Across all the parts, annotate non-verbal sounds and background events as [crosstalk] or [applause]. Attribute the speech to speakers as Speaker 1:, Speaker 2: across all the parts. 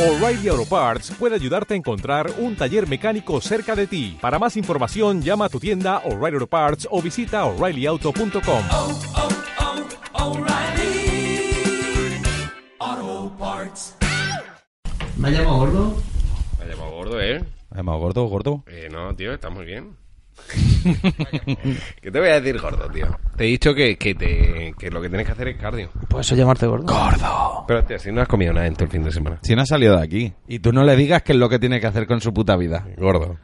Speaker 1: O'Reilly Auto Parts puede ayudarte a encontrar un taller mecánico cerca de ti. Para más información, llama a tu tienda O'Reilly Auto Parts o visita oreillyauto.com.
Speaker 2: oh, oh, O'Reilly. Auto Parts.
Speaker 3: ¿Me ha llamado gordo?
Speaker 4: Me ha llamado gordo, ¿eh?
Speaker 5: Además, gordo, gordo.
Speaker 4: Eh, No, tío, estás muy [laughs] bien. ¿Qué te voy a decir, gordo, tío? Te he dicho que, que, te, que lo que tienes que hacer es cardio.
Speaker 3: Pues eso llamarte gordo.
Speaker 4: Pero, tío, si no has comido nada en todo el fin de semana.
Speaker 5: Si no ha salido de aquí. Y tú no le digas qué es lo que tiene que hacer con su puta vida.
Speaker 4: Gordo.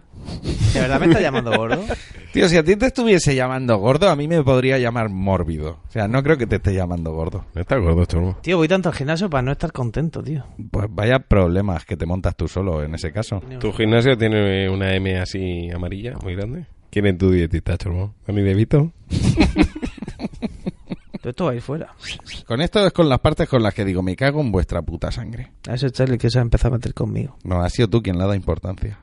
Speaker 3: ¿De verdad me está [laughs] llamando gordo?
Speaker 5: Tío, si a ti te estuviese llamando gordo, a mí me podría llamar mórbido. O sea, no creo que te esté llamando gordo.
Speaker 4: No estás gordo, chorbo.
Speaker 3: Tío, voy tanto al gimnasio para no estar contento, tío.
Speaker 5: Pues vaya problemas que te montas tú solo en ese caso.
Speaker 4: ¿Tu gimnasio tiene una M así amarilla, muy grande? ¿Quién es tu dietista, chorbo? ¿A mi bebito?
Speaker 3: Todo esto va a ir fuera.
Speaker 5: Con esto es con las partes con las que digo, me cago en vuestra puta sangre.
Speaker 3: A ese Charlie que se ha empezado a meter conmigo.
Speaker 5: No, ha sido tú quien le ha dado importancia.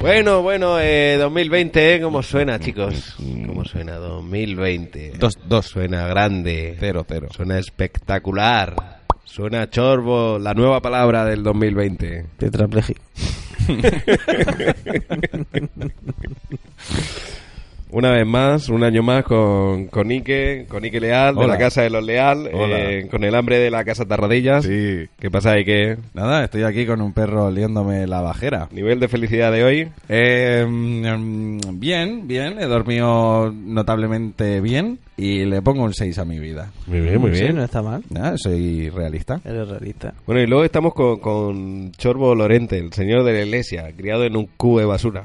Speaker 4: Bueno, bueno, eh, 2020, ¿eh? ¿Cómo suena, chicos? ¿Cómo suena 2020?
Speaker 5: Dos, dos,
Speaker 4: Suena grande.
Speaker 5: cero, cero.
Speaker 4: Suena espectacular. Suena chorbo, la nueva palabra del 2020.
Speaker 3: Tetrapléjico.
Speaker 4: Una vez más, un año más con, con Ike, con Ike Leal, de
Speaker 5: Hola.
Speaker 4: la Casa de los Leal,
Speaker 5: Hola.
Speaker 4: eh, con el hambre de la Casa Tarradillas.
Speaker 5: Sí.
Speaker 4: ¿Qué pasa, Ike?
Speaker 5: Nada, estoy aquí con un perro oliéndome la bajera.
Speaker 4: Nivel de felicidad de hoy.
Speaker 5: Eh, mm, bien, bien. He dormido notablemente bien y le pongo un 6 a mi vida.
Speaker 4: Muy bien,
Speaker 3: Sí, no está mal.
Speaker 5: Nada, soy realista.
Speaker 3: Eres realista.
Speaker 4: Bueno, y luego estamos con, con Chorbo Lorente, el señor de la iglesia, criado en un cubo de basura.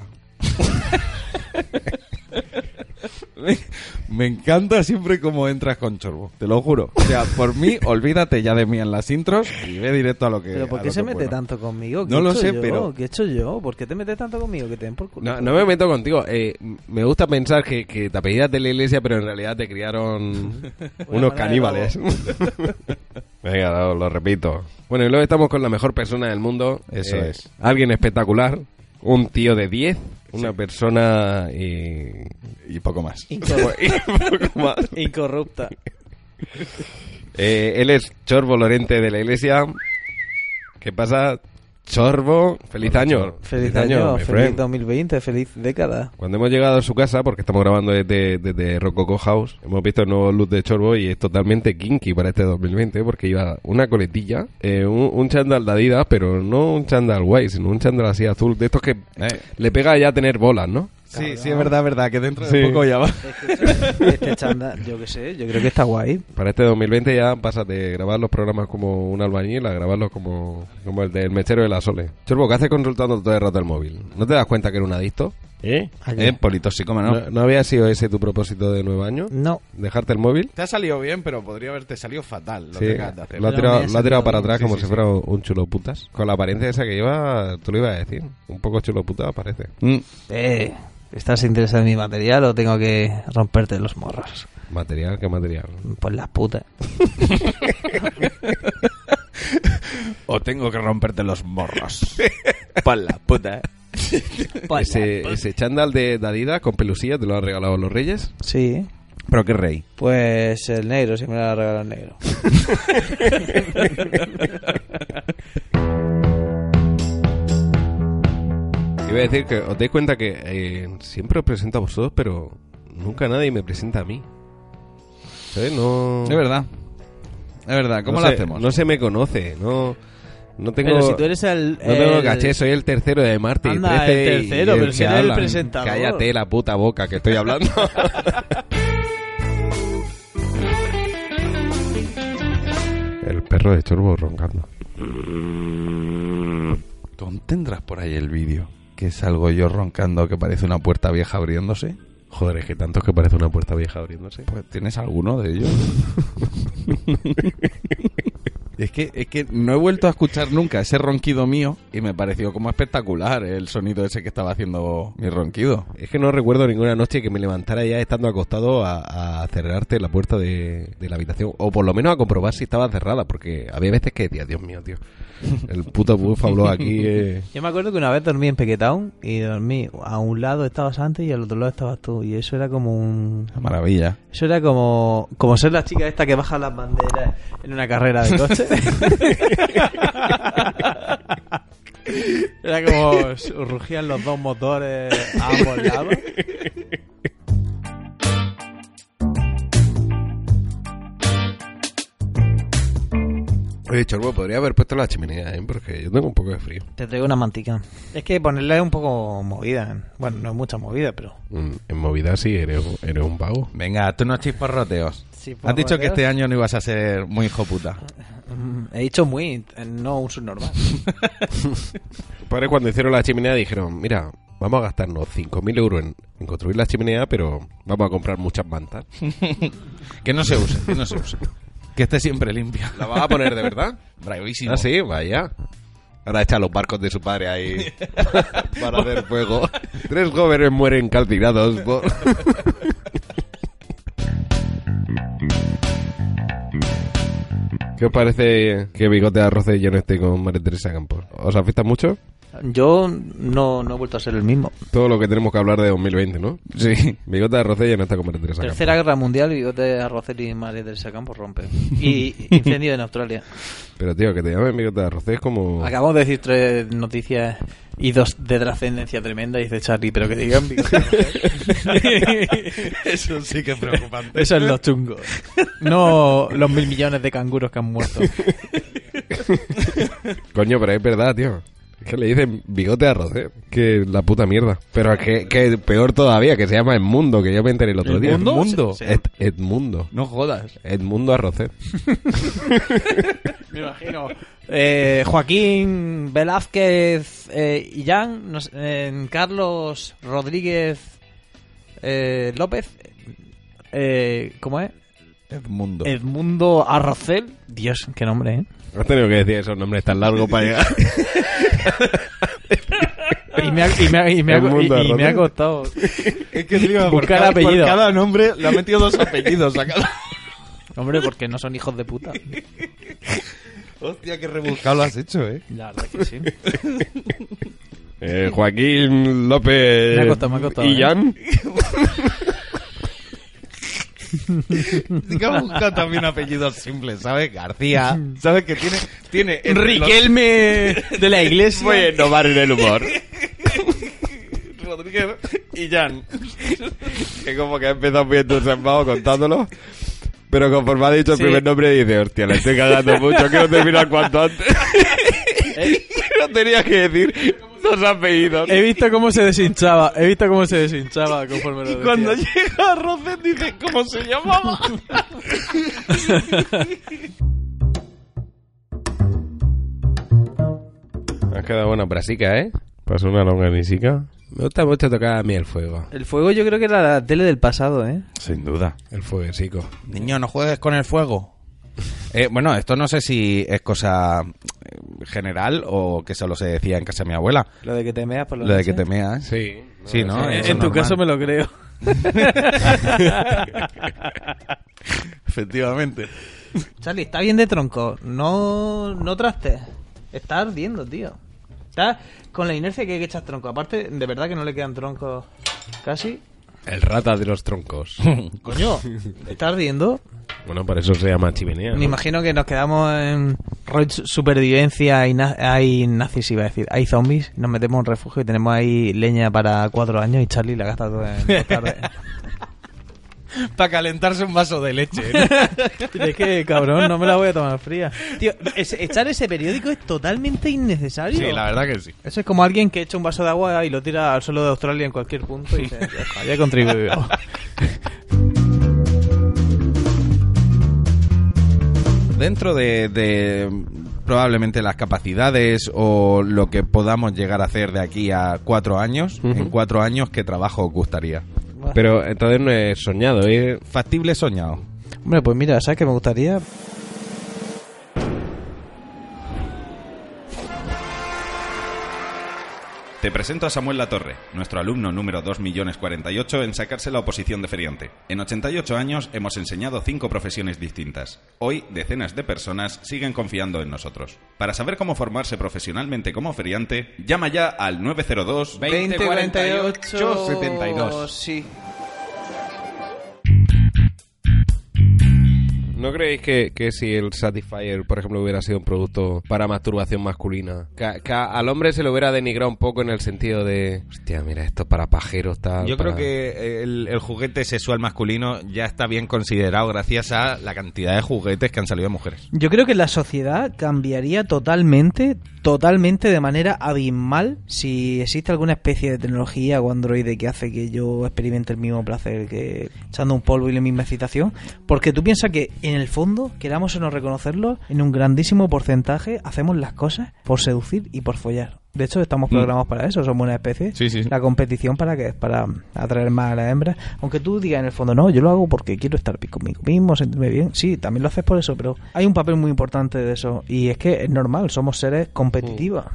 Speaker 5: Me encanta siempre cómo entras con chorbo, te lo juro. O sea, por [laughs] mí, olvídate ya de mí en las intros y ve directo a lo que.
Speaker 3: ¿Pero por
Speaker 5: a
Speaker 3: qué
Speaker 5: lo
Speaker 3: se
Speaker 5: que
Speaker 3: mete
Speaker 5: puedo.
Speaker 3: tanto conmigo?
Speaker 5: No
Speaker 3: he
Speaker 5: lo
Speaker 3: hecho
Speaker 5: sé,
Speaker 3: yo?
Speaker 5: pero-
Speaker 3: ¿Qué he hecho yo? ¿Por qué te metes tanto conmigo? Que te den por culo.
Speaker 4: No, no me meto contigo. Eh, me gusta pensar que, que te apellidas de la iglesia, pero en realidad
Speaker 3: [laughs]
Speaker 4: te criaron unos
Speaker 3: manada de
Speaker 4: caníbales. [laughs] Venga, lo, lo repito. Bueno, y luego estamos con la mejor persona del mundo. Eh,
Speaker 5: Eso es.
Speaker 4: Alguien espectacular. Un tío de 10. Una persona. eh,
Speaker 5: Y poco más.
Speaker 3: Incor-
Speaker 4: poco más.
Speaker 3: Incorrupta.
Speaker 4: Eh, él es Chorbo Lorente de la iglesia. ¿Qué pasa? Chorbo, feliz año.
Speaker 3: Feliz año,
Speaker 4: my
Speaker 3: feliz
Speaker 4: friend.
Speaker 3: 2020, feliz década.
Speaker 4: Cuando hemos llegado a su casa, porque estamos grabando desde, desde Rococo House, hemos visto el nuevo look de Chorbo y es totalmente kinky para este 2020 porque iba una coletilla, eh, un, un chándal de Adidas, pero no un chándal guay, sino un chándal así azul, de estos que
Speaker 5: Eh,
Speaker 4: le pega ya tener bolas, ¿no?
Speaker 5: sí, sí, es verdad, verdad, que dentro
Speaker 4: Sí.
Speaker 5: de poco ya va. [laughs]
Speaker 3: Este chándal, yo qué sé, yo creo que está guay.
Speaker 4: Para este 2020 ya pasa de grabar los programas como un albañil a grabarlos como, como el del mechero de la Sole. Chorbo, ¿qué haces consultando todo el rato el móvil? ¿No te das cuenta que era un adicto? ¿Eh?
Speaker 3: Ayer.
Speaker 5: Eh, politóxico, ¿no?
Speaker 4: ¿No, ¿No había sido ese tu propósito de nuevo año?
Speaker 3: No,
Speaker 4: ¿Dejarte el móvil?
Speaker 5: Te ha salido bien, pero podría haberte salido fatal lo
Speaker 4: Sí,
Speaker 5: que acabas de hacer.
Speaker 4: lo ha
Speaker 3: Pero me
Speaker 4: tirado,
Speaker 3: ha
Speaker 4: lo ha tirado
Speaker 3: salido
Speaker 4: para
Speaker 3: bien.
Speaker 4: atrás
Speaker 5: Sí,
Speaker 4: como
Speaker 5: sí,
Speaker 4: si
Speaker 5: sí.
Speaker 4: fuera un chulo putas. Con la apariencia esa que lleva, tú lo ibas a decir. Un poco chulo puta parece.
Speaker 5: Mm.
Speaker 3: Eh, ¿estás interesado en mi material o tengo que romperte los morros?
Speaker 4: Material, qué material.
Speaker 3: Pues las putas.
Speaker 5: O tengo que romperte los [laughs] morros. Por la puta. ¿eh?
Speaker 3: Pues
Speaker 4: Ese, ese chándal de de Adidas con pelusilla te lo han regalado los reyes.
Speaker 3: las- Sí,
Speaker 5: Pero qué rey.
Speaker 3: pues el negro, si me lo ha regalado el negro.
Speaker 4: Iba a decir que os dais cuenta que eh, siempre os presento a vosotros, pero nunca nadie me presenta a mí. ¿Sabes? No...
Speaker 5: Es verdad. Es verdad, ¿cómo
Speaker 4: no
Speaker 5: lo
Speaker 4: se-
Speaker 5: hacemos?
Speaker 4: No se me conoce, no... No tengo...
Speaker 3: Pero si tú eres el...
Speaker 4: No tengo caché, soy el tercero de Marte. y
Speaker 3: Anda,
Speaker 4: 13
Speaker 3: el
Speaker 4: y-
Speaker 3: tercero,
Speaker 4: y
Speaker 3: pero si
Speaker 4: que
Speaker 3: eres el
Speaker 4: hablan.
Speaker 3: presentador.
Speaker 4: Cállate la puta boca que estoy hablando. [laughs] el perro de Chorbo roncando.
Speaker 5: ¿Tú aún tendrás por ahí el vídeo? Que salgo yo roncando que parece una puerta vieja abriéndose.
Speaker 4: Joder, es que tanto que parece una puerta
Speaker 5: [laughs]
Speaker 4: vieja abriéndose.
Speaker 5: Pues tienes alguno de ellos.
Speaker 4: Es
Speaker 5: que, es que no he vuelto a escuchar nunca ese ronquido mío y me pareció como espectacular el sonido ese que estaba haciendo mi ronquido.
Speaker 4: Es que no recuerdo ninguna noche que me levantara ya estando acostado a, a cerrarte la puerta de, de la habitación. O por lo menos a comprobar si estaba cerrada, porque había veces que decía, Dios mío, tío. El puto buff habló aquí. [laughs] eh".
Speaker 6: Yo me acuerdo que una vez dormí en Pequetown y dormí a un lado estabas antes y al otro lado estabas tú. Y eso era como un.
Speaker 5: Una maravilla.
Speaker 6: Eso era como, como ser la chica esta que baja las banderas en una carrera
Speaker 3: [laughs]
Speaker 6: de coche. era como su- rugían los dos motores a ambos lados.
Speaker 4: Oye, Chorbo, podría haber puesto la chimenea, ¿eh? Porque yo tengo un poco de frío.
Speaker 6: Te traigo una mantica. Es que ponerla es un poco movida. ¿eh? Bueno, no es mucha movida, pero...
Speaker 4: Mm, En movida sí, eres, eres un vago.
Speaker 5: Venga, tú no chisporroteos. Has dicho que este año no ibas a ser muy hijo puta.
Speaker 6: Mm, He dicho muy, eh, no un subnormal.
Speaker 4: Tus padres cuando hicieron la chimenea dijeron, mira, vamos a gastarnos 5.000 euros en, en construir la chimenea, pero vamos a comprar muchas mantas.
Speaker 5: Que no se use, que no se use. Que esté siempre limpia. [laughs]
Speaker 4: ¿La vas a poner de verdad?
Speaker 5: Bravísimo.
Speaker 4: Ah, sí, vaya. Ahora echa los barcos de su padre ahí
Speaker 5: [laughs]
Speaker 4: para hacer fuego. Tres jóvenes mueren calcinados. por- [laughs] ¿Qué os parece que Bigote de Arroce ya no esté este con María Teresa Campos? ¿Os afecta mucho?
Speaker 6: Yo no, no he vuelto a ser el mismo.
Speaker 4: Todo lo que tenemos que hablar de 2020, ¿no?
Speaker 5: Sí.
Speaker 4: Bigote de Arroce ya no está con María Teresa Campos.
Speaker 6: Tercera Guerra Mundial, bigote Arrocer y María Teresa Campos pues [laughs] rompe. Y incendio en Australia.
Speaker 4: Pero tío, que te llamen Bigote de Arroce es como...
Speaker 6: Acabamos de decir tres noticias y dos de trascendencia tremenda, dice Charlie, pero que digan bigote [laughs] Arrocer.
Speaker 5: Eso sí que es preocupante.
Speaker 6: Eso es lo chungo. [laughs] No los mil millones de canguros que han muerto.
Speaker 4: Coño, pero es verdad, tío. Es que le dicen bigote de arroz, ¿eh? Que la puta mierda. Pero es que, que peor todavía, que se llama Edmundo, que yo me enteré el otro día.
Speaker 5: ¿Edmundo? Sí, sí.
Speaker 4: Ed- Edmundo.
Speaker 5: No jodas.
Speaker 4: Edmundo ¿eh? Arrocet.
Speaker 6: Me imagino. Eh, Joaquín Velázquez eh, y Jan, no sé, eh, Carlos Rodríguez eh, López, eh, ¿cómo es?
Speaker 5: Edmundo.
Speaker 6: Edmundo Arrocel. Dios, qué nombre, ¿eh?
Speaker 4: Has tenido que decir esos nombres tan largos para llegar.
Speaker 6: Y me ha, y me ha- y me ha-
Speaker 4: Edmundo
Speaker 6: y- y
Speaker 4: Arrocel.
Speaker 6: me ha costado.
Speaker 5: Es que tío, por
Speaker 6: Buscar
Speaker 5: cada,
Speaker 6: apellido.
Speaker 5: por cada nombre le ha metido dos apellidos a cada... [laughs]
Speaker 6: Hombre, porque no son hijos de puta.
Speaker 5: [laughs] Hostia, qué rebuscado lo has hecho, eh.
Speaker 6: La verdad que sí.
Speaker 4: Eh, Joaquín López.
Speaker 6: Me ha costado, me ha costado,
Speaker 4: ¿Y
Speaker 6: ¿eh?
Speaker 5: [laughs]
Speaker 4: Jan?
Speaker 5: Sí que ha buscado también apellidos simples, ¿sabes? García. ¿Sabes que tiene... tiene entre los-
Speaker 6: Riquelme de la iglesia.
Speaker 4: Voy a innovar en el humor.
Speaker 5: [laughs] Rodríguez y Jan.
Speaker 4: [laughs] que como que ha empezado muy entusiasmado contándolo. Pero conforme ha dicho el
Speaker 6: Sí.
Speaker 4: primer nombre, dice, hostia, la estoy cagando mucho, quiero terminar cuanto
Speaker 5: [laughs]
Speaker 4: antes. Eh, no tenía que decir dos apellidos.
Speaker 5: Eh.
Speaker 6: He visto cómo se deshinchaba. He visto cómo se deshinchaba conforme lo decía.
Speaker 5: Cuando llega Rocet dice cómo se llamaba.
Speaker 4: Has quedado buena brasica, ¿eh? Pasó una longanisica. Me gusta mucho tocar a mí el fuego.
Speaker 6: El fuego yo creo que era la tele del pasado, ¿eh?
Speaker 5: Sin duda.
Speaker 4: El fueguesico.
Speaker 5: Niño, no juegues con el fuego. Eh, bueno, esto no sé si es cosa eh, general o que solo se decía en casa de mi abuela.
Speaker 6: Lo de que te meas por la
Speaker 5: Lo de que ¿eh? te
Speaker 6: noche.
Speaker 5: meas.
Speaker 4: Sí.
Speaker 5: Sí, ¿no?
Speaker 6: Eh,
Speaker 5: Eso
Speaker 6: En tu
Speaker 5: normal.
Speaker 6: caso me lo creo.
Speaker 5: Efectivamente.
Speaker 6: Charlie, está bien de tronco. No, no trastes. Está ardiendo, tío. Está con la inercia que hay que echar tronco. Aparte, de verdad que no le quedan troncos casi.
Speaker 4: El rata de los [laughs] troncos.
Speaker 6: Coño, está ardiendo.
Speaker 4: bueno, para eso se llama chimenea.
Speaker 6: Me imagino que nos quedamos en rol su- supervivencia y na- hay nazis, iba a decir. Hay zombies, nos metemos en un refugio y tenemos ahí leña para cuatro años y Charlie la gasta todo [laughs] en dos tardes.
Speaker 5: Para calentarse un vaso de leche. ¿eh?
Speaker 6: [laughs] es que, cabrón, no me la voy a tomar fría. Tío, es- echar ese periódico es totalmente innecesario.
Speaker 5: Sí, la verdad que sí.
Speaker 6: Eso es como alguien que echa un vaso de agua y lo tira al suelo de Australia en cualquier punto y dice, "Ya está, ya he
Speaker 5: [laughs]
Speaker 6: contribuido.
Speaker 5: Dentro de, de probablemente las capacidades o lo que podamos llegar a hacer de aquí a cuatro años,
Speaker 4: Ujú.
Speaker 5: en cuatro años, ¿qué trabajo os gustaría?
Speaker 4: Pero entonces no es soñado, ¿eh?
Speaker 5: Factible soñado.
Speaker 6: Hombre, pues mira, ¿sabes qué me gustaría?
Speaker 7: Te presento a Samuel Latorre, nuestro alumno número 2.048 en sacarse la oposición de feriante. En 88 años hemos enseñado cinco profesiones distintas. Hoy, decenas de personas siguen confiando en nosotros. Para saber cómo formarse profesionalmente como feriante, llama ya al 902
Speaker 5: 2048 72.
Speaker 6: Sí.
Speaker 4: ¿No creéis que, que si el Satisfyer, por ejemplo, hubiera sido un producto para masturbación masculina, que, que al hombre se lo hubiera denigrado un poco en el sentido de, hostia, mira, esto es para pajeros está
Speaker 5: Yo creo que eh, el, el juguete sexual masculino ya está bien considerado gracias a la cantidad de juguetes que han salido de mujeres.
Speaker 6: Yo creo que la sociedad cambiaría totalmente, totalmente de manera abismal si existe alguna especie de tecnología o androide que hace que yo experimente el mismo placer que echando un polvo y la misma excitación. Porque tú piensas que en el fondo, queramos o no reconocerlo, en un grandísimo porcentaje hacemos las cosas por seducir y por follar. De hecho, estamos programados para eso, somos una especie.
Speaker 5: Mm. Sí, sí.
Speaker 6: La competición para que para atraer más a las hembras. Aunque tú digas en el fondo, no, yo lo hago porque quiero estar bien conmigo mismo, sentirme bien. Sí, también lo haces por eso, pero hay un papel muy importante de eso. Y es que es normal, somos seres competitivos.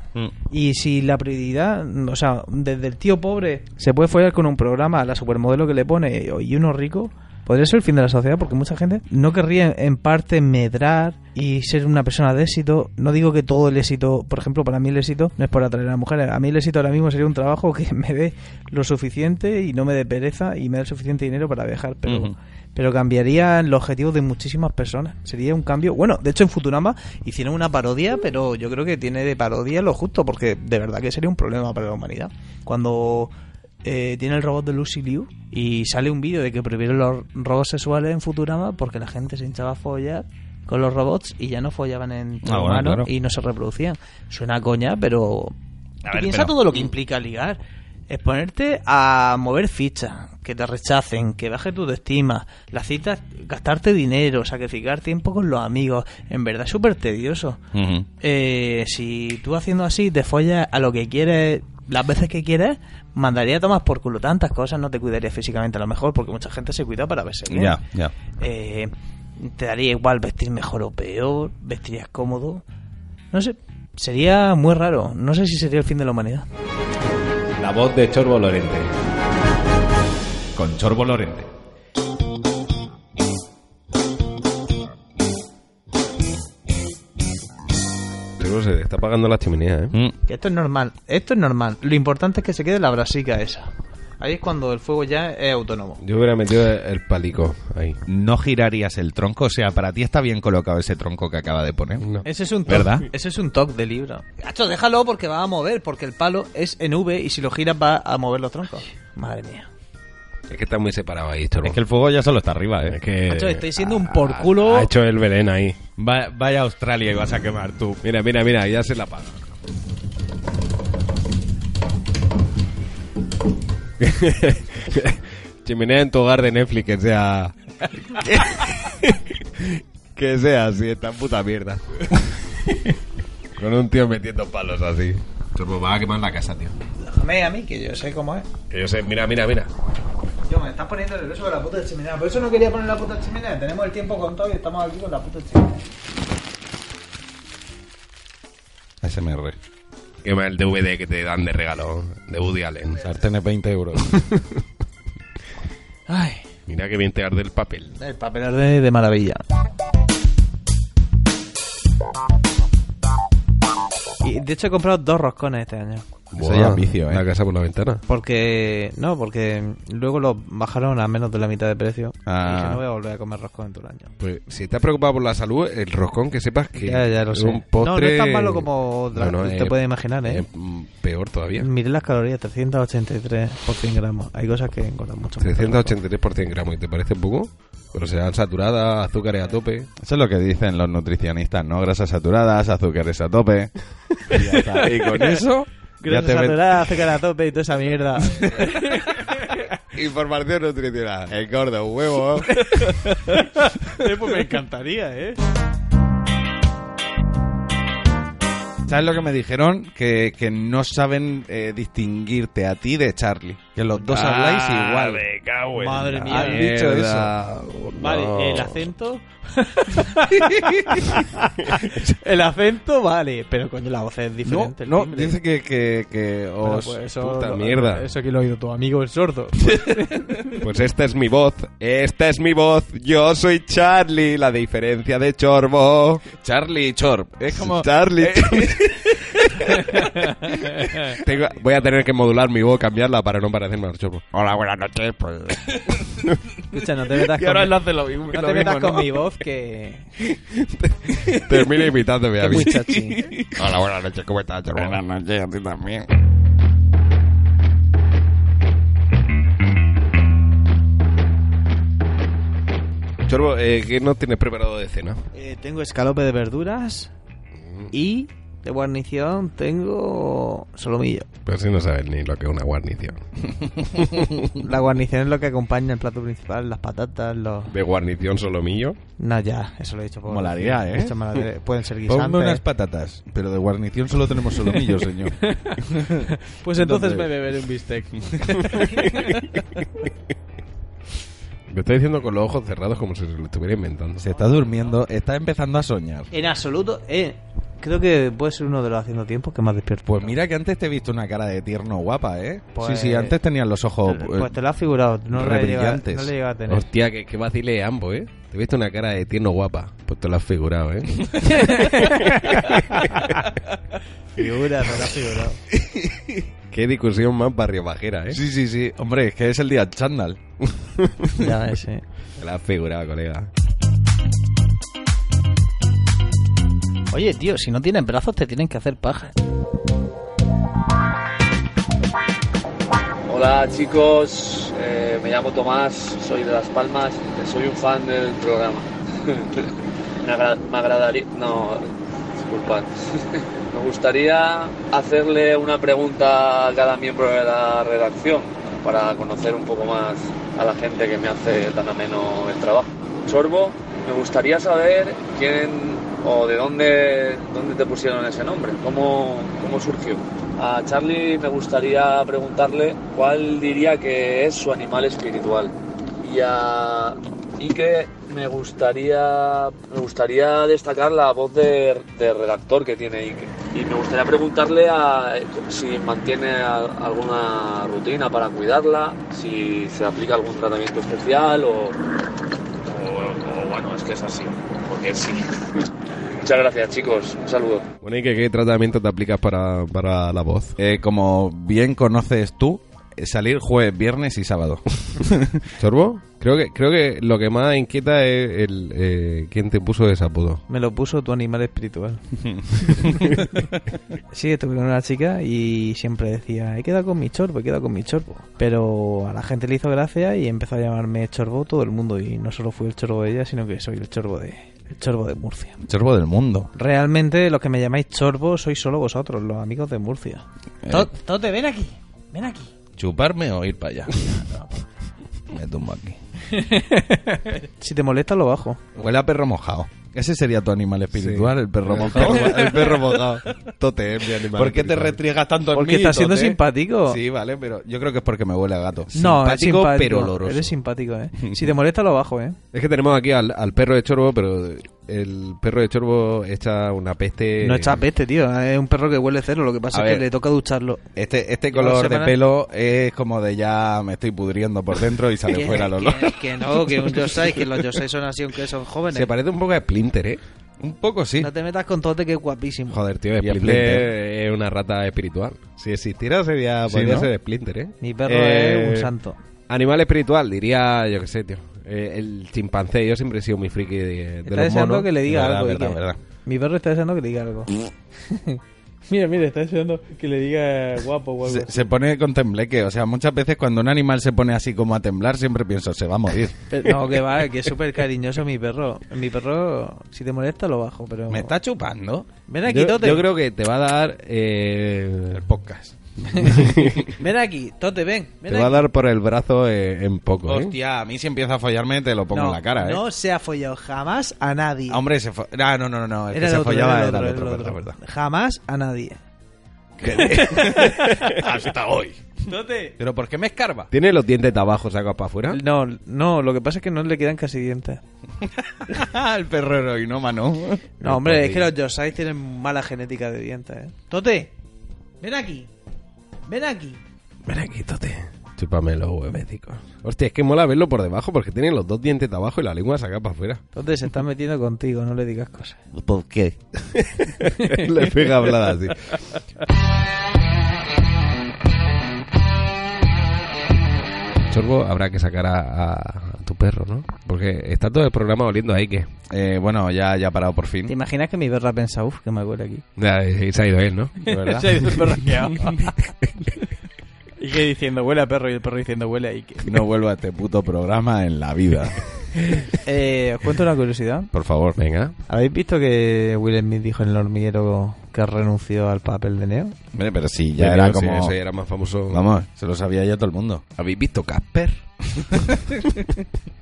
Speaker 6: Y si la prioridad, o sea, desde el tío pobre se puede follar con un programa, la supermodelo que le pone y uno rico, podría ser el fin de la sociedad porque mucha gente no querría en parte medrar y ser una persona de éxito. No digo que todo el éxito, por ejemplo, para mí el éxito no es por atraer a mujeres. A mí el éxito ahora mismo sería un trabajo que [laughs] me dé lo suficiente y no me dé pereza y me dé el suficiente dinero para viajar, pero... Pero cambiaría los objetivos de muchísimas personas. Sería un cambio. Bueno, de hecho en Futurama hicieron una parodia, pero yo creo que tiene de parodia lo justo, porque de verdad que sería un problema para la humanidad. Cuando eh, tiene el robot de Lucy Liu y sale un vídeo de que prohibieron los robots sexuales en Futurama porque la gente se hinchaba a follar con los robots y ya no follaban en
Speaker 5: Ah, bueno,
Speaker 6: humanos
Speaker 5: claro.
Speaker 6: y no se reproducían. Suena a coña, pero
Speaker 7: A
Speaker 6: tú
Speaker 7: ver,
Speaker 6: piensa
Speaker 7: pero-
Speaker 6: todo lo que implica ligar. Es ponerte a mover fichas, que te rechacen, que baje tu estima, las citas, gastarte dinero, sacrificar tiempo con los amigos. En verdad es súper tedioso. Eh, si tú haciendo así te follas a lo que quieres, las veces que quieres, mandaría a tomar por culo tantas cosas, no te cuidaría físicamente a lo mejor, porque mucha gente se cuida para verse bien.
Speaker 5: Ya, ya.
Speaker 6: Eh, te daría igual vestir mejor o peor, vestirías cómodo. No sé, sería muy raro. No sé si sería el fin de la humanidad.
Speaker 8: La voz de Chorbo Lorente.
Speaker 7: con Chorbo Lorente.
Speaker 4: Pero se te está apagando la chimenea, ¿eh?
Speaker 5: Mm.
Speaker 6: Que esto es normal, esto es normal. Lo importante es que se quede la brasica esa. Ahí es cuando el fuego ya es
Speaker 5: Mm.
Speaker 6: autónomo.
Speaker 4: Yo hubiera metido el- el palico ahí.
Speaker 5: No girarías el tronco, o sea, para ti está bien colocado ese tronco que acaba de poner.
Speaker 4: No.
Speaker 6: Ese es un toque.
Speaker 5: ¿Verdad?
Speaker 6: Ese es un toque de libra. Gacho, déjalo porque va a mover, porque el palo es en V y si lo giras va a mover los troncos. Madre mía.
Speaker 4: Es que está muy separado ahí, Chorbo.
Speaker 5: Es que el fuego ya solo está arriba, ¿eh?
Speaker 4: Es que-
Speaker 6: Gacho, estáis siendo un porculo.
Speaker 4: Ha hecho el Belén ahí.
Speaker 5: Va- vaya a Australia y vas a quemar tú.
Speaker 4: Mira, mira, mira, ya se la paga. [laughs] Chimenea en tu hogar de Netflix, que sea. [laughs] que sea así, esta puta mierda. Con un tío metiendo palos así. Chorbo, va pues, a quemar la casa, tío.
Speaker 6: Déjame a mí, que yo sé cómo es.
Speaker 4: Que yo sé, mira, mira, mira.
Speaker 6: Yo, me estás poniendo nervioso con la puta chimenea. Por eso no quería poner la puta chimenea. Tenemos el tiempo contado y estamos aquí con la puta chimenea.
Speaker 5: SMR.
Speaker 4: Quema el DVD que te dan de regalo de Woody Allen.
Speaker 5: Sartenes 20 euros.
Speaker 6: Ay,
Speaker 4: Mira que bien te arde el papel.
Speaker 6: el papel arde de maravilla. Y de hecho he comprado dos roscones este año.
Speaker 5: Eso ya es vicio, ¿eh?
Speaker 4: La casa por la ventana.
Speaker 6: Porque. No, porque luego los bajaron a menos de la mitad de precio.
Speaker 5: Ah.
Speaker 6: Y dije, no voy a volver a comer roscón en todo el año.
Speaker 4: Pues si estás preocupado por la salud, el roscón que sepas que
Speaker 6: Ya, ya lo
Speaker 4: es
Speaker 6: sé.
Speaker 4: un postre.
Speaker 6: No, no es tan malo como dra- te puedes imaginar, ¿eh?
Speaker 4: es, mm, peor todavía.
Speaker 6: Miré las calorías, 383 por 100 gramos. Hay cosas que engordan mucho.
Speaker 4: 383 por 100 gramos, ¿y te parece poco? Pero serán saturadas, azúcares a tope.
Speaker 5: Eso es lo que dicen los nutricionistas, ¿no? Grasas saturadas, azúcares a tope. Y, ya está. Y con eso... ya te
Speaker 6: Grasas
Speaker 5: ven-
Speaker 6: saturadas, azúcar a tope y toda esa mierda.
Speaker 5: [laughs]
Speaker 6: [laughs]
Speaker 5: Información nutricional. El gordo huevo.
Speaker 6: pues me encantaría, ¿eh?
Speaker 5: [laughs] ¿Sabes lo que me dijeron? Que, que no saben eh, distinguirte a ti Ah, de Charlie. Que los dos habláis igual.
Speaker 4: cago
Speaker 6: Madre mía. Ah,
Speaker 5: Han dicho eso.
Speaker 3: Vale,
Speaker 4: No.
Speaker 3: el acento. [laughs] el acento, vale, pero coño, la voz es
Speaker 5: No,
Speaker 3: diferente. el
Speaker 5: no,
Speaker 3: timbre.
Speaker 5: dice que, que, que
Speaker 3: Bueno,
Speaker 5: os...
Speaker 3: pues eso,
Speaker 4: puta
Speaker 3: lo-
Speaker 4: mierda.
Speaker 3: Eso que lo ha oído tu amigo el sordo.
Speaker 5: [laughs]
Speaker 4: Pues esta es mi voz, esta es mi voz, yo soy Charlie, la diferencia de Chorbo.
Speaker 5: Charlie Chorp. Es como...
Speaker 4: Charlie. [laughs] Tengo- voy a tener que modular mi voz, cambiarla para no parecerme al Chorbo.
Speaker 5: Hola, buenas noches. pues.
Speaker 3: Escucha, no te metas
Speaker 5: Y ahora
Speaker 3: con,
Speaker 5: él hace lo mismo.
Speaker 3: no
Speaker 5: lo
Speaker 3: te metas
Speaker 5: mismo,
Speaker 3: con
Speaker 5: ¿no?
Speaker 3: mi voz
Speaker 5: [laughs]
Speaker 3: que.
Speaker 4: Termina imitándome a mí.
Speaker 3: Muy chachi.
Speaker 5: Hola, buenas noches. ¿Cómo estás, Chorbo?
Speaker 4: Buenas
Speaker 5: noches a ti también.
Speaker 4: [laughs] Chorbo, eh, ¿qué no tienes preparado de cena?
Speaker 6: Eh, tengo escalope de verduras
Speaker 5: Mm.
Speaker 6: y de guarnición tengo solomillo.
Speaker 4: Pero si no sabes ni lo que es una guarnición.
Speaker 6: La guarnición es lo que acompaña el plato principal, las patatas, los...
Speaker 4: ¿De guarnición solomillo?
Speaker 6: No, ya, eso lo he dicho. por
Speaker 5: Molaría, ¿eh?
Speaker 6: Esto me lo
Speaker 5: [laughs]
Speaker 6: diré. Pueden ser guisantes.
Speaker 5: Ponme unas patatas. Pero de guarnición solo tenemos
Speaker 6: [laughs]
Speaker 5: solomillo, señor.
Speaker 3: Pues entonces
Speaker 5: ¿Dónde?
Speaker 3: me beberé un bistec.
Speaker 4: Lo estoy diciendo con los ojos cerrados como si se lo estuviera inventando.
Speaker 5: Se está durmiendo. Está empezando a soñar.
Speaker 6: En absoluto, eh. Creo que puede ser uno de los haciendo tiempo que más despierto.
Speaker 5: Pues mira que antes te he visto una cara de tierno guapa, ¿eh?
Speaker 6: Pues-
Speaker 5: sí, sí, antes tenías los ojos... eh,
Speaker 6: Pues te lo has figurado, no lo he llegado,
Speaker 5: Rebrillantes.
Speaker 6: no le he llegado a tener.
Speaker 4: Hostia, que, que vacile ambos, ¿eh? Te he visto una cara de tierno guapa. Pues te lo has figurado, [laughs] ¿eh?
Speaker 6: Figura, te lo has figurado.
Speaker 4: Qué discusión más barrio bajera, ¿eh?
Speaker 5: Sí, sí, sí. Hombre, es que es el día chándal.
Speaker 6: ya ves, eh.
Speaker 4: Te lo has figurado, colega.
Speaker 6: Oye, tío, si no tienes brazos te tienen que hacer paja.
Speaker 9: Hola chicos, Eh, me llamo Tomás, soy de Las Palmas, soy un fan del programa. [laughs] me, agra- me agradaría... No, disculpad. [laughs] me gustaría hacerle una pregunta a cada miembro de la redacción para conocer un poco más a la gente que me hace tan ameno el trabajo. Sorbo, me gustaría saber quién o de dónde, dónde te pusieron ese nombre, cómo, cómo surgió. A Charlie me gustaría preguntarle cuál diría que es su animal espiritual. Y a Ike me gustaría, me gustaría destacar la voz de, de redactor que tiene Ike. Y me gustaría preguntarle a- si mantiene a- alguna rutina para cuidarla, si se aplica algún tratamiento especial o, o- o, bueno, es que es así, porque sí. [laughs] Muchas gracias chicos, un saludo.
Speaker 4: Bueno, ¿y qué, qué tratamiento te aplicas para, para la voz?
Speaker 5: Eh, como bien conoces tú, eh, salir jueves, viernes y sábado.
Speaker 4: ¿Sorbo? Creo que, creo que lo que más inquieta es el, eh, quién te puso ese apodo.
Speaker 6: Me lo puso tu animal espiritual. sí, estuve con una chica y siempre decía, he quedado con mi chorbo, he quedado con mi chorbo. Pero a la gente le hizo gracia y empezó a llamarme chorbo todo el mundo. Y no solo fui el chorbo de ella, sino que soy el chorbo de, el chorbo de Murcia.
Speaker 5: Chorbo del mundo.
Speaker 6: Realmente los que me llamáis chorbo sois solo vosotros, los amigos de Murcia. Eh.
Speaker 3: Tote, ven aquí. Ven aquí.
Speaker 5: ¿Chuparme o ir para allá? [laughs] Me tumbo aquí.
Speaker 6: Si te molesta, lo bajo.
Speaker 5: Huele a perro mojado. Ese sería tu animal espiritual, el perro mojado.
Speaker 4: El
Speaker 5: [laughs]
Speaker 4: perro mojado. Tote, es mi animal.
Speaker 5: ¿Por qué te
Speaker 4: espiritual.
Speaker 5: retriegas tanto en
Speaker 6: Porque
Speaker 5: mí,
Speaker 6: estás siendo
Speaker 5: Tote?
Speaker 6: simpático.
Speaker 5: Sí, vale, pero yo creo que es porque me huele a gato.
Speaker 6: No, eres
Speaker 5: simpático,
Speaker 6: simpático,
Speaker 5: pero oloroso.
Speaker 6: Eres simpático,
Speaker 5: [laughs]
Speaker 6: eh. Si te molesta, lo bajo, eh.
Speaker 4: Es que tenemos aquí al, al perro de Chorbo, pero el perro de Chorbo echa una peste.
Speaker 6: No está peste, tío. Es un perro que huele cero. Lo que pasa
Speaker 5: Eh. A
Speaker 6: es que
Speaker 5: ver.
Speaker 6: le toca ducharlo.
Speaker 5: Este, este color de
Speaker 6: semanas-
Speaker 5: pelo es como de ya me estoy pudriendo por dentro
Speaker 6: [laughs]
Speaker 5: y sale fuera el olor.
Speaker 6: Que, que no, que un Yosai, que los Yosai son así, aunque
Speaker 5: [laughs]
Speaker 6: son jóvenes.
Speaker 4: Se parece un poco a Splinter, ¿eh?
Speaker 5: Un poco sí.
Speaker 6: No te metas con Tote, que es guapísimo.
Speaker 4: Joder, tío,
Speaker 5: Y
Speaker 4: Splinter,
Speaker 5: Splinter.
Speaker 4: es una rata espiritual. Si existiera, sería,
Speaker 5: Sí,
Speaker 4: podría
Speaker 5: ¿no?
Speaker 4: ser Splinter, ¿eh?
Speaker 6: Mi perro
Speaker 4: Eh,
Speaker 6: es un santo.
Speaker 4: Animal espiritual, diría, yo qué sé, tío. Eh, el chimpancé, yo siempre he sido muy friki de, de
Speaker 6: Está
Speaker 4: los
Speaker 6: deseando
Speaker 4: monos.
Speaker 6: que le diga
Speaker 5: Verdad,
Speaker 6: algo.
Speaker 5: verdad,
Speaker 6: Ike.
Speaker 5: verdad.
Speaker 6: Mi perro está deseando que le diga algo. Mm. [laughs] mira, mira, está deseando que le diga guapo o [laughs]
Speaker 5: Se, se pone con tembleque, o sea, muchas veces cuando un animal se pone así como a temblar, siempre pienso, se va
Speaker 6: [laughs]
Speaker 5: a morir.
Speaker 6: Pero- No, que va, que es súper cariñoso mi perro. Mi perro, si te molesta, lo bajo, pero...
Speaker 5: ¿Me está chupando?
Speaker 6: Ven aquí,
Speaker 4: yo,
Speaker 6: Tote.
Speaker 4: yo creo que te va a dar... eh,
Speaker 5: El podcast.
Speaker 6: Ven aquí, Tote, ven. ven
Speaker 4: te va a
Speaker 6: aquí.
Speaker 4: dar por el brazo eh, en poco, ¿eh?
Speaker 5: Hostia, a mí si empieza a follarme te lo pongo en la cara, ¿eh?
Speaker 6: No se ha follado jamás a nadie.
Speaker 5: Ah, Hombre, se fo- Ah, no, no, no, no, es que
Speaker 6: el
Speaker 5: se
Speaker 6: otro,
Speaker 5: follaba
Speaker 6: era el
Speaker 5: era el
Speaker 6: otro,
Speaker 5: otro,
Speaker 6: era el
Speaker 5: verdad,
Speaker 6: otro. Jamás a nadie.
Speaker 4: Hasta hoy.
Speaker 5: ¿Pero por qué me escarba?
Speaker 4: ¿Tiene los dientes de abajo sacados para afuera?
Speaker 6: No, no, lo que pasa es que no le quedan casi dientes.
Speaker 5: [laughs] el perro heroinoma, [laughs] ¿no?
Speaker 6: No, hombre, es que los Yosais tienen mala genética de dientes, ¿eh? Tote, ven aquí. Ven aquí.
Speaker 4: Ven aquí, tote. Chúpame los huevecicos. Hostia, es que mola verlo por debajo porque tiene los dos dientes de abajo y la lengua sacada para afuera.
Speaker 6: Tote se está metiendo contigo, no le digas cosas.
Speaker 5: ¿Por qué?
Speaker 4: Le pega hablada así. Sorbo, habrá que sacar a, a- a tu perro, ¿no? Porque está todo el programa oliendo ahí que.
Speaker 5: Eh, bueno, ya, ya ha parado por
Speaker 6: ¿Te
Speaker 5: fin.
Speaker 6: imaginas que mi perra piensa, uff, que me huele aquí?
Speaker 4: Ya, eh, Se ha ido él, ¿no? De
Speaker 6: [laughs]
Speaker 4: verdad.
Speaker 6: y que diciendo, huele a perro, y el perro diciendo, huele a Ike.
Speaker 5: No vuelvo a este puto programa en la [laughs] vida.
Speaker 6: Eh, os cuento una curiosidad.
Speaker 4: Por favor. Venga.
Speaker 6: ¿Habéis visto que Will Smith dijo en el hormiguero que renunció al papel de Neo?
Speaker 5: Hombre, pero sí, ya era
Speaker 4: Sí,
Speaker 5: como...
Speaker 4: ese era más famoso.
Speaker 5: Vamos, se lo sabía ya todo el mundo.
Speaker 4: ¿Habéis visto Casper?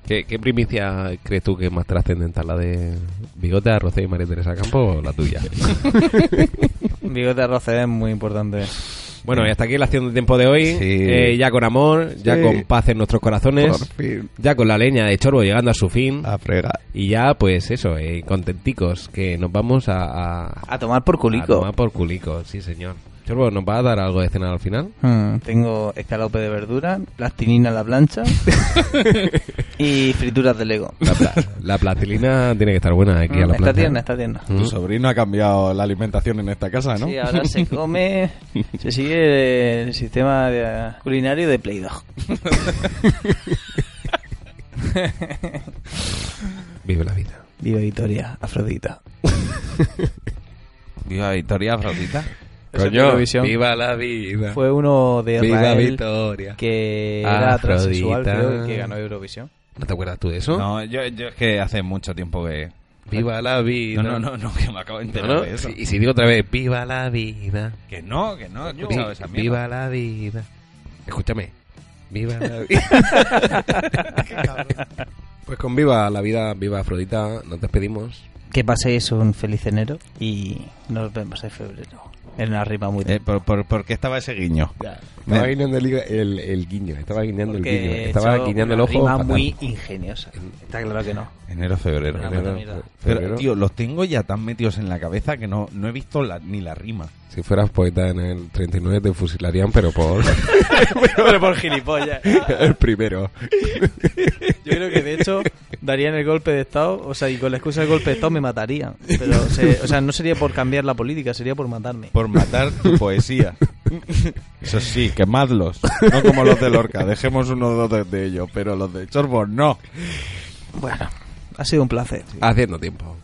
Speaker 4: ¿Qué, qué primicia crees tú que es más trascendental? ¿La de Bigote, Arroce y María Teresa Campo o la
Speaker 5: [laughs]
Speaker 4: tuya?
Speaker 6: Bigote de roce es muy importante.
Speaker 4: bueno, y hasta aquí la acción de tiempo de hoy.
Speaker 5: Sí.
Speaker 4: Eh, ya con amor, ya
Speaker 5: Sí.
Speaker 4: con paz en nuestros corazones,
Speaker 5: fin,
Speaker 4: ya con la leña de chorbo llegando a su fin.
Speaker 5: a fregar.
Speaker 4: Y ya, pues eso, eh, contenticos, que nos vamos a, a,
Speaker 6: A tomar por
Speaker 4: a
Speaker 6: culico.
Speaker 4: tomar por culico, sí señor. Chorbo, ¿nos va a dar algo de cenar al final?
Speaker 6: Hmm, tengo escalope de verdura, lastinina a la
Speaker 4: [laughs]
Speaker 6: plancha y frituras de Lego.
Speaker 4: La, pla- [laughs] la plastilina tiene que estar buena aquí a Ah, la
Speaker 6: Mm, está
Speaker 4: plancha.
Speaker 6: tierna, está tierna.
Speaker 4: Mm.
Speaker 5: Tu sobrino ha cambiado la alimentación en esta casa,
Speaker 4: [laughs]
Speaker 5: ¿no?
Speaker 6: Sí, ahora se come, se sigue el sistema de- culinario de Play Doh.
Speaker 4: Vive la vida.
Speaker 6: Viva Victoria, Afrodita.
Speaker 5: Viva Victoria Frotita.
Speaker 6: Eso es Eurovisión.
Speaker 4: viva la vida.
Speaker 6: Fue uno de
Speaker 4: Viva
Speaker 6: Israel
Speaker 4: Victoria.
Speaker 6: que era
Speaker 4: Afrodita.
Speaker 6: transexual creo, y que ganó Eurovisión.
Speaker 4: ¿No te acuerdas tú de eso?
Speaker 5: [laughs] No, yo, yo es que hace mucho tiempo que...
Speaker 4: Viva la vida.
Speaker 5: No, no, no, no, que me acabo de enterar
Speaker 4: No, no.
Speaker 5: de eso.
Speaker 4: Sí, Y si digo otra vez, viva la vida.
Speaker 5: Que no, que no, he
Speaker 4: Vi-
Speaker 5: escuchado esa mierda.
Speaker 4: viva la vida. Escúchame. Viva [laughs] la vida. pues con viva la vida, viva Afrodita, nos despedimos.
Speaker 6: Que paséis un feliz enero y nos vemos en febrero. En una rima muy
Speaker 5: Eh, por, por, por qué estaba ese guiño?
Speaker 4: Estaba guiñando el, el- el guiño, estaba guiñando
Speaker 6: Porque
Speaker 4: el guiño,
Speaker 6: he
Speaker 4: estaba
Speaker 6: hecho
Speaker 4: guiñando el
Speaker 6: una
Speaker 4: ojo.
Speaker 6: Rima
Speaker 4: fatal.
Speaker 6: muy ingeniosa. Está claro que no.
Speaker 5: Enero, febrero.
Speaker 6: Una
Speaker 4: Febrero,
Speaker 6: puta mierda.
Speaker 5: Pero,
Speaker 4: febrero.
Speaker 5: tío, los tengo ya tan metidos en la cabeza que no, no he visto la- ni la [laughs] rima.
Speaker 4: Si fueras poeta en el 39 te fusilarían, pero
Speaker 5: [laughs]
Speaker 4: por
Speaker 6: Pero por gilipollas.
Speaker 4: el primero.
Speaker 6: Yo creo que de hecho darían el golpe de Estado, o sea, y con la excusa del golpe de Estado me matarían. Pero, se- o sea, no sería por cambiar la política, sería por matarme.
Speaker 5: Por matar tu poesía. Eso sí, quemadlos. No como los de Lorca. Dejemos uno o dos de ellos, pero los de Chorbo no.
Speaker 6: Bueno, ha sido un placer.
Speaker 4: Haciendo tiempo.